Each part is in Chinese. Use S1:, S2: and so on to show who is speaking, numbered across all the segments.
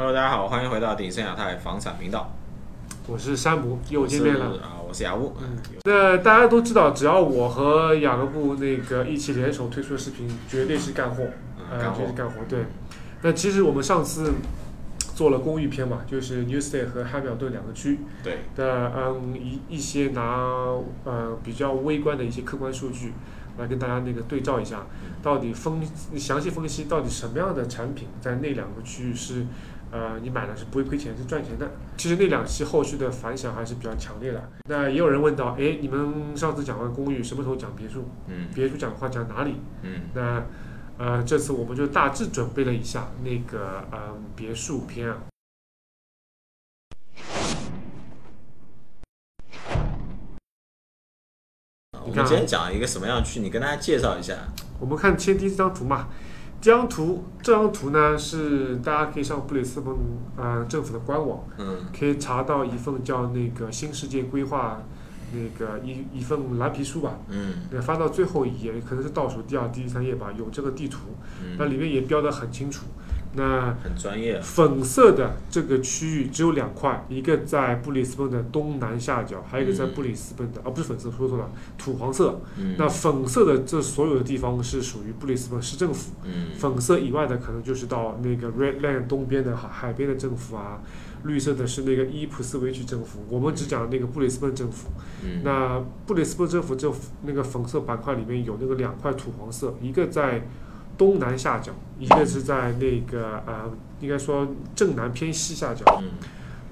S1: Hello，大家好，欢迎回到鼎盛亚太房产频道。
S2: 我是山姆，又
S1: 我是
S2: 见面了。
S1: 啊，我是雅乌。嗯，
S2: 那大家都知道，只要我和雅各布那个一起联手推出的视频，绝对是干货，
S1: 嗯
S2: 呃，
S1: 干
S2: 绝
S1: 货
S2: 对是。干货。对，那其实我们上次做了公寓篇嘛，就是 Newsday 和汉密尔顿两个区
S1: 对，
S2: 的，嗯，一一些拿呃比较微观的一些客观数据来跟大家那个对照一下，到底分详细分析到底什么样的产品在那两个区域是。呃，你买了是不会亏钱，是赚钱的。其实那两期后续的反响还是比较强烈的。那也有人问到，诶，你们上次讲完公寓，什么时候讲别墅？
S1: 嗯
S2: 别墅讲的话讲哪里？
S1: 嗯，
S2: 那呃，这次我们就大致准备了一下那个呃别墅篇啊。
S1: 啊我们
S2: 你看啊
S1: 今天讲一个什么样的区？你跟大家介绍一下。
S2: 我们看先第一张图嘛，这张图这张图呢是大家可以上布里斯本呃政府的官网，
S1: 嗯
S2: 可以查到一份叫那个新世界规划那个一一份蓝皮书吧，
S1: 嗯
S2: 那翻到最后一页，可能是倒数第二、第三页吧，有这个地图，那
S1: 嗯，
S2: 里面也标得很清楚。那
S1: 很专业。
S2: 粉色的这个区域只有两块，一个在布里斯本的东南下角，还有一个在
S1: 嗯
S2: 布里斯本的，啊不是粉色，说错了，土黄色。
S1: 嗯
S2: 那粉色的这所有的地方是属于布里斯本市政府，
S1: 嗯
S2: 粉色以外的可能就是到那个 Red Land 东边的海海边的政府啊，绿色的是那个伊普斯维奇政府，我们只讲那个布里斯本政府。
S1: 嗯
S2: 那布里斯本政府这那个粉色板块里面有那个两块土黄色，一个在东南下角，一个是在那个呃，应该说正南偏西下角。
S1: 嗯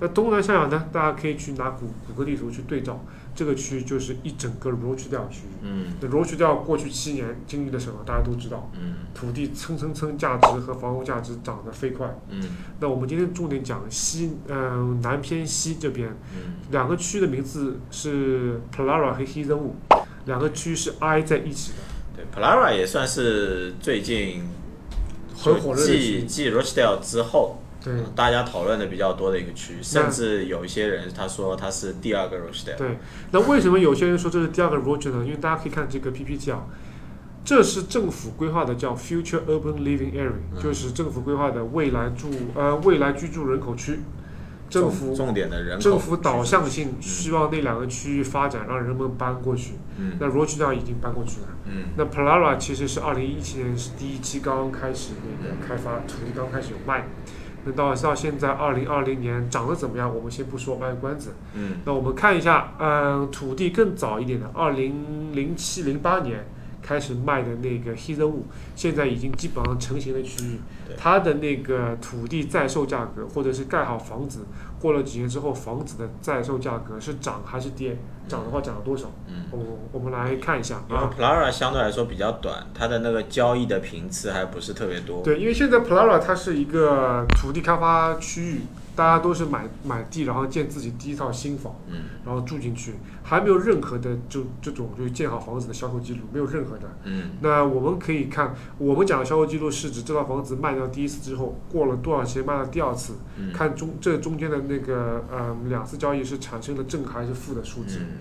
S2: 那东南下角呢，大家可以去拿谷谷歌地图去对照，这个区域就是一整个罗区调区域。
S1: 嗯
S2: 那罗区调过去七年经历了什么，大家都知道，
S1: 嗯
S2: 土地蹭蹭蹭价值和房屋价值涨得飞快。
S1: 嗯
S2: 那我们今天重点讲西，嗯、南偏西这边。
S1: 嗯
S2: 两个区的名字是 Plara 和 Hidden Wu，两个区是挨在一起的，
S1: 对，Polara 也算是最近
S2: 很火热的
S1: 继
S2: 区。
S1: 继 Rochdale 之后，
S2: 对
S1: 大家讨论的比较多的一个区，甚至有一些人他说他是第二个 Rochdale。
S2: 对，那为什么有些人说这是第二个 Roger 呢？因为大家可以看这个 PPT 啊，这是政府规划的叫 Future Urban Living Area，
S1: 嗯
S2: 就是政府规划的未来住呃未来居住人口区，政
S1: 重
S2: 府。
S1: 重点的人口
S2: 政府导向性
S1: 嗯
S2: 希望那两个区域发展，让人们搬过去。
S1: 嗯
S2: 那 Roger 已经搬过去了，
S1: 嗯
S2: 那 Plara 其实是二零一七年是第一期刚刚开始那
S1: 嗯
S2: 个开发，土地刚开始有卖。那到到现在二零二零年涨得怎么样，我们先不说，卖个关子。
S1: 嗯
S2: 那我们看一下，嗯，土地更早一点的，二零零七零八年开始卖的那个 h i d d e n 物，现在已经基本上成型的区域
S1: 对，
S2: 它的那个土地在售价格，或者是盖好房子，过了几年之后，房子的在售价格是涨还是跌？涨的话涨了多少？
S1: 嗯。
S2: 我我们来看一下
S1: 因为
S2: 啊。
S1: Plara 相对来说比较短，它的那个交易的频次还不是特别多。
S2: 对，因为现在 Plara 它是一个土地开发区域，大家都是买买地，然后建自己第一套新房，
S1: 嗯
S2: 然后住进去，还没有任何的就这种就是建好房子的销售记录，没有任何的。
S1: 嗯
S2: 那我们可以看，我们讲的销售记录是指这套房子卖掉第一次之后，过了多少钱卖到第二次，
S1: 嗯，
S2: 看中这中间的那个呃两次交易是产生了正还是负的数字。
S1: 嗯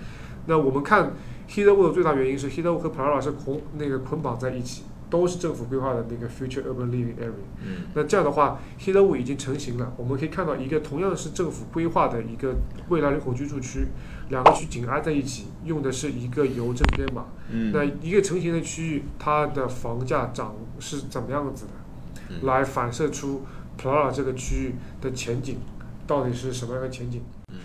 S2: 那我们看 h i d d e w o 的最大原因是 h i d d e w o 和 Plara 是捆那个捆绑在一起，都是政府规划的那个 Future Urban Living Area。
S1: 嗯
S2: 那这样的话 h i d d e w 已经成型了。我们可以看到，一个同样是政府规划的一个未来人口居住区，两个区紧挨在一起，用的是一个邮政编码。
S1: 嗯，
S2: 那一个成型的区域，它的房价涨是怎么样子的，
S1: 嗯
S2: 来反射出 Plara 这个区域的前景到底是什么样的前景？
S1: 嗯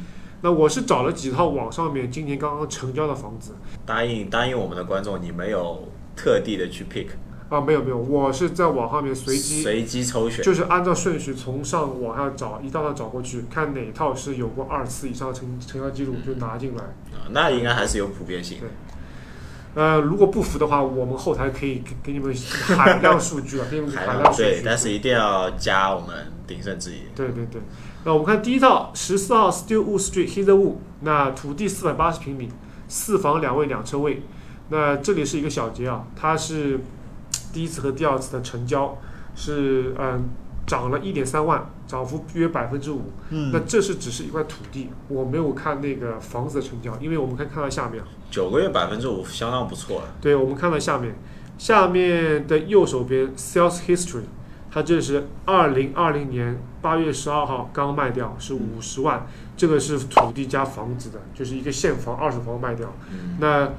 S2: 那我是找了几套网上面今年刚刚成交的房子
S1: 答应答应我们的观众，你没有特地的去 pick，
S2: 啊，没有没有，我是在网上面随机
S1: 随机抽选。
S2: 就是按照顺序从上往下找，一道道找过去，看哪套是有过二次以上的成成交记录就拿进来。
S1: 啊那应该还是有普遍性。
S2: 呃，如果不服的话，我们后台可以给给你们海量数据啊，给你们海量
S1: 量
S2: 数据
S1: 对，。但是一定要加我们鼎盛之野。
S2: 对对对，那我们看第一套十四号 Steel Wood Street Hidden Wood，那土地四百八十平米，四房两卫两车位。那这里是一个小结啊，它是第一次和第二次的成交是嗯、涨了一点三万，涨幅约百分之五。那
S1: 嗯，
S2: 这是只是一块土地，我没有看那个房子的成交，因为我们可以看到下面啊，
S1: 九个月百分之五相当不错了。
S2: 对我们看到下面，下面的右手边 sales history，它这是二零二零年八月十二号刚卖掉，是五十万，这个是土地加房子的，就是一个现房二手房卖掉。
S1: 嗯
S2: 那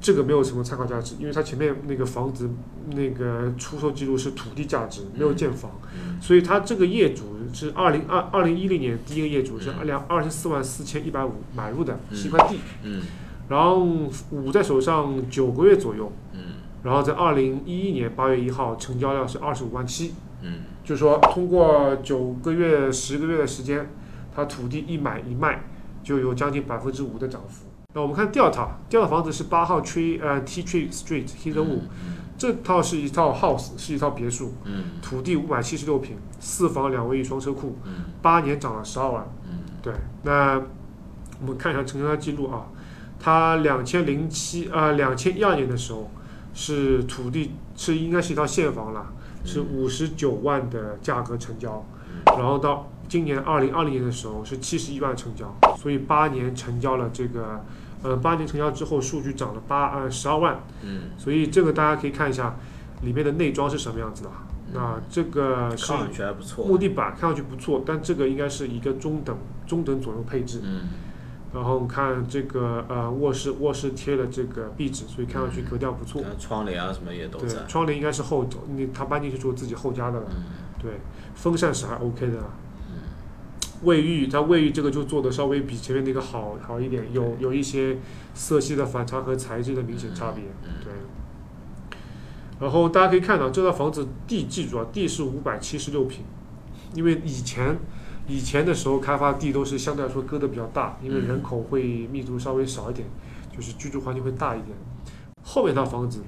S2: 这个没有什么参考价值，因为它前面那个房子那个出售记录是土地价值，没有建房，
S1: 嗯
S2: 所以它这个业主是二零二二零一零年第一个业主是
S1: 嗯
S2: 两二十四万四千一百五买入的，
S1: 嗯
S2: 是一块地，
S1: 嗯
S2: 然后捂在手上九个月左右，
S1: 嗯
S2: 然后在二零一一年八月一号成交量是二十五万七，
S1: 嗯
S2: 就是说通过九个月、十个月的时间，它土地一买一卖就有将近百分之五的涨幅。那我们看第二套，第二套房子是八号 Tree 呃 T Tree Street Hilton 五、这套是一套 house，是一套别墅，
S1: 嗯
S2: 土地五百七十六平，四房两卫浴双车库，
S1: 嗯
S2: 八年涨了十二万。
S1: 嗯
S2: 对，那我们看一下成交量记录啊，它两千零七啊两千一二年的时候是土地是应该是一套现房了，是
S1: 嗯
S2: 五十九万的价格成交，
S1: 嗯
S2: 然后到今年二零二零年的时候是七十一万成交，所以八年成交了这个，呃八年成交之后数据涨了八呃十二万，
S1: 嗯，
S2: 所以这个大家可以看一下里面的内装是什么样子的啊，
S1: 嗯
S2: 那这个
S1: 看
S2: 是
S1: 上去还不
S2: 木
S1: 错。
S2: 地板看上去不错，但这个应该是一个中等中等左右配置。
S1: 嗯
S2: 然后看这个呃卧室，卧室贴了这个壁纸，所以看上去格调不错。
S1: 然后窗帘啊什么也都在
S2: 对，。窗帘应该是后你他搬进去之后自己后加的了。
S1: 嗯
S2: 对，风扇是还 OK 的啦。
S1: 嗯
S2: 卫浴，它卫浴这个就做的稍微比前面那个好好一点，有有一些色系的反差和材质的明显差别。
S1: 嗯
S2: 对。然后大家可以看到，这套房子地记住啊，地是五百七十六平，因为以前以前的时候开发地都是相对来说割的比较大，因为
S1: 嗯
S2: 人口会密度稍微少一点，就是居住环境会大一点。后面那套房子，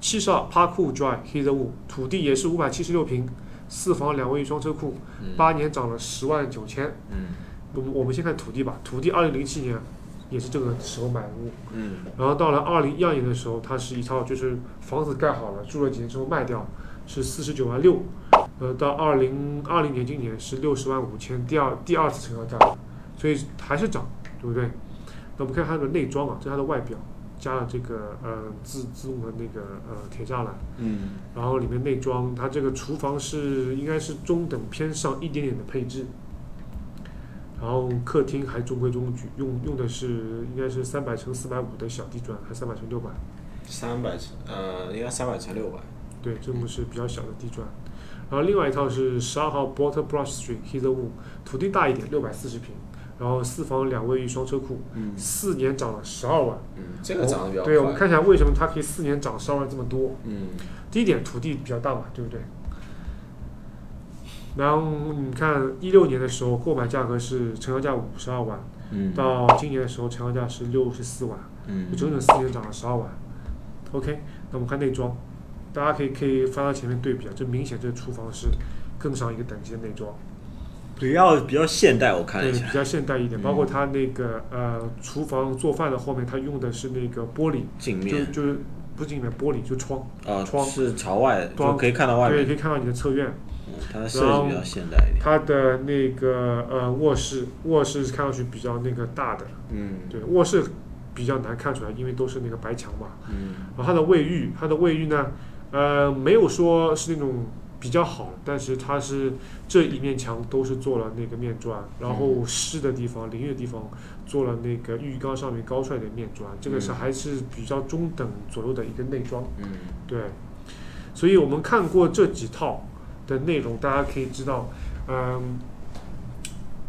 S2: 七十二 Park Cool Drive h i l l w 土地也是五百七十六平，四房两卫一双车库，
S1: 嗯
S2: 八年涨了十万九千。
S1: 嗯
S2: 我们我们先看土地吧，土地二零零七年也是这个时候买入，
S1: 嗯
S2: 然后到了二零一二年的时候，它是一套就是房子盖好了，住了几年之后卖掉，是四十九万六，呃，到二零二零年今年是六十万五千，第二第二次成交价格，所以还是涨，对不对？那我们看它的内装啊，这是它的外表，加了这个呃自自动的那个呃铁栅栏，
S1: 嗯
S2: 然后里面内装，它这个厨房是应该是中等偏上一点点的配置，然后客厅还中规中矩，用用的是应该是三百乘四百五的小地砖，还三百乘六百，
S1: 三百乘呃，应该三百乘六百。
S2: 对，这种是比较小的地砖。然后另外一套是十二号 Water Brush Street Heatherwood，土地大一点，六百四十平，然后四房两卫浴双车库，
S1: 嗯
S2: 四年涨了十二万。
S1: 嗯，这个涨得比较快。
S2: 哦对，我们看一下为什么它可以四年涨十二万这么多。
S1: 嗯
S2: 第一点，土地比较大嘛，对不对？然后你看，一六年的时候购买价格是成交价五十二万，
S1: 嗯
S2: 到今年的时候成交价是六十四万，就
S1: 嗯
S2: 整整四年涨了十二万。OK，那我们看内装，大家可以可以翻到前面对比啊，这明显这厨房是更上一个等级的内装，
S1: 比较比较现代，我看
S2: 对，
S1: 一
S2: 比
S1: 下。
S2: 较现代一点。
S1: 嗯
S2: 包括它那个呃厨房做饭的后面，它用的是那个玻璃，
S1: 镜
S2: 就
S1: 面
S2: 就是不是镜面玻璃，就窗，
S1: 啊，
S2: 窗
S1: 是朝外，
S2: 窗
S1: 就可以看到外
S2: 对，
S1: 面。
S2: 可以看到你的侧院。
S1: 嗯它的设计比较现代一点。
S2: 它的那个呃卧室，卧室看上去比较那个大的，
S1: 嗯
S2: 对，卧室比较难看出来，因为都是那个白墙嘛。
S1: 嗯
S2: 然后它的卫浴，它的卫浴呢，呃，没有说是那种比较好，但是它是这一面墙都是做了那个面砖，然
S1: 嗯
S2: 后湿的地方、淋浴的地方做了那个浴缸上面高出来的面砖，这个是
S1: 嗯
S2: 还是比较中等左右的一个内装。
S1: 嗯
S2: 对，所以我们看过这几套的内容，大家可以知道，嗯，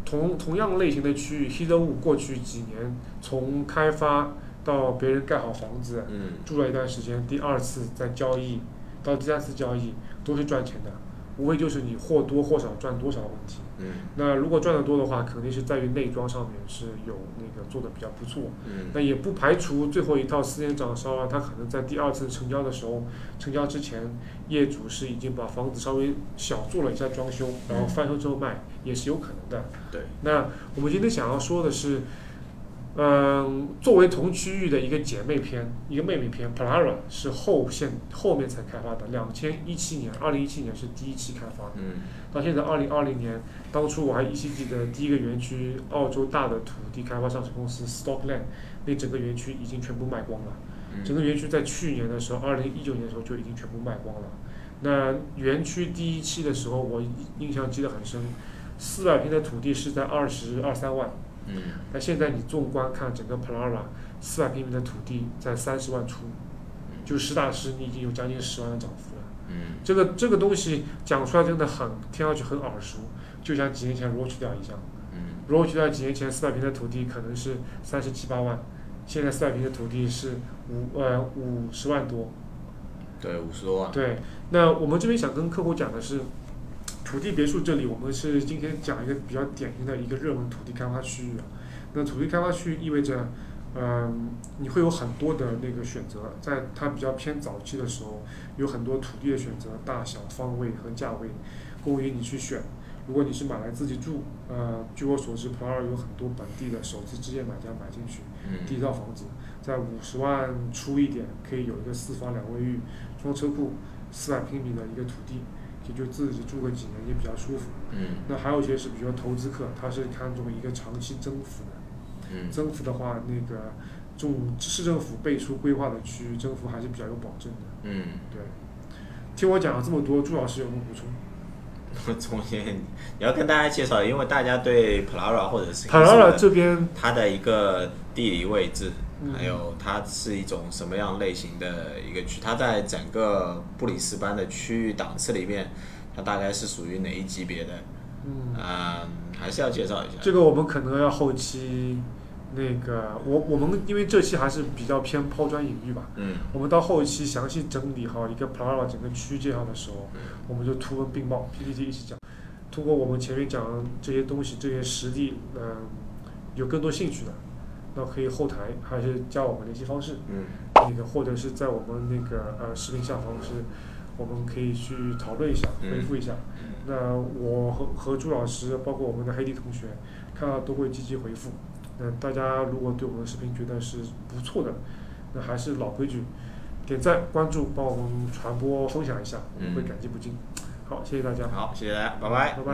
S2: 同同样类型的区域 h i d d e n w o 过去几年从开发到别人盖好房子
S1: 嗯
S2: 住了一段时间，第二次再交易到第三次交易都是赚钱的，无非就是你或多或少赚多少的问题。
S1: 嗯
S2: 那如果赚得多的话，肯定是在于内装上面是有那个做的比较不错。
S1: 嗯
S2: 那也不排除最后一套四年涨烧啊，它可能在第二次成交的时候，成交之前，业主是已经把房子稍微小做了一下装修，然后翻修之后卖，也是有可能的。
S1: 对。
S2: 那我们今天想要说的是，嗯，作为同区域的一个姐妹篇，一个妹妹篇 p l a r a 是后现后面才开发的，两千一七年，二零一七年是第一期开发的。
S1: 嗯
S2: 到现在二零二零年，当初我还依稀记得第一个园区澳洲大的土地开发上市公司 Stockland，那整个园区已经全部卖光了。
S1: 嗯
S2: 整个园区在去年的时候，二零一九年的时候就已经全部卖光了。那园区第一期的时候，我印象记得很深，四百平的土地是在二十二三万，
S1: 嗯，
S2: 那现在你纵观看整个 Plara 四百平米的土地在三十万出，就实打实你已经有将近十万的涨幅了。
S1: 嗯，
S2: 这个这个东西讲出来真的很听上去很耳熟，就像几年前罗曲调一样。
S1: 嗯，
S2: 如果去到几年前四百平的土地可能是三十七八万，现在四百平的土地是五呃五十万多。
S1: 对，五十多啊万，
S2: 对，那我们这边想跟客户讲的是，土地别墅这里我们是今天讲一个比较典型的一个热门土地开发区域啊。那土地开发区意味着，嗯、你会有很多的那个选择，在它比较偏早期的时候，有很多土地的选择，大小、方位和价位，供于你去选。如果你是买来自己住，呃，据我所知 p l a 有很多本地的首次置业买家买进去，第一
S1: 嗯，
S2: 套房子在五十万出一点，可以有一个四房两卫浴、装车库、四百平米的一个土地，也就自己住个几年也比较舒服。
S1: 嗯，
S2: 那还有一些是比如说投资客，他是看重一个长期增幅的，
S1: 嗯，
S2: 增幅的话，那个重市政府背书规划的区域增幅还是比较有保证的。
S1: 嗯，
S2: 对，听我讲了这么多，朱老师有没有补充？
S1: 中间你要跟大家介绍，因为大家对 Plara 或者是
S2: 塔拉
S1: Kingston
S2: 拉
S1: 的
S2: 这边，
S1: 它的一个地理位置，
S2: 嗯
S1: 还有它是一种什么样类型的一个区，它在整个布里斯班的区域档次里面，它大概是属于哪一级别的？
S2: 嗯。
S1: 嗯，还是要介绍一下。
S2: 这个我们可能要后期那个，我我们因为这期还是比较偏抛砖引玉吧，
S1: 嗯
S2: 我们到后期详细整理好一个 p l a r a 整个区介绍的时
S1: 嗯
S2: 候，我们就图文并茂 PPT 一起讲。通过我们前面讲的这些东西，这些实地，嗯、有更多兴趣的，那可以后台还是加我们联系方式，
S1: 嗯
S2: 那个或者是在我们那个呃视频下方是，我们可以去讨论一下，
S1: 嗯
S2: 回复一下。那我和和朱老师，包括我们的黑弟同学，看到都会积极回复。那大家如果对我们的视频觉得是不错的，那还是老规矩，点赞、关注，帮我们传播、分享一下，我们会
S1: 嗯
S2: 感激不尽。好，谢谢大家，
S1: 好，谢谢大家，拜拜，
S2: 拜拜。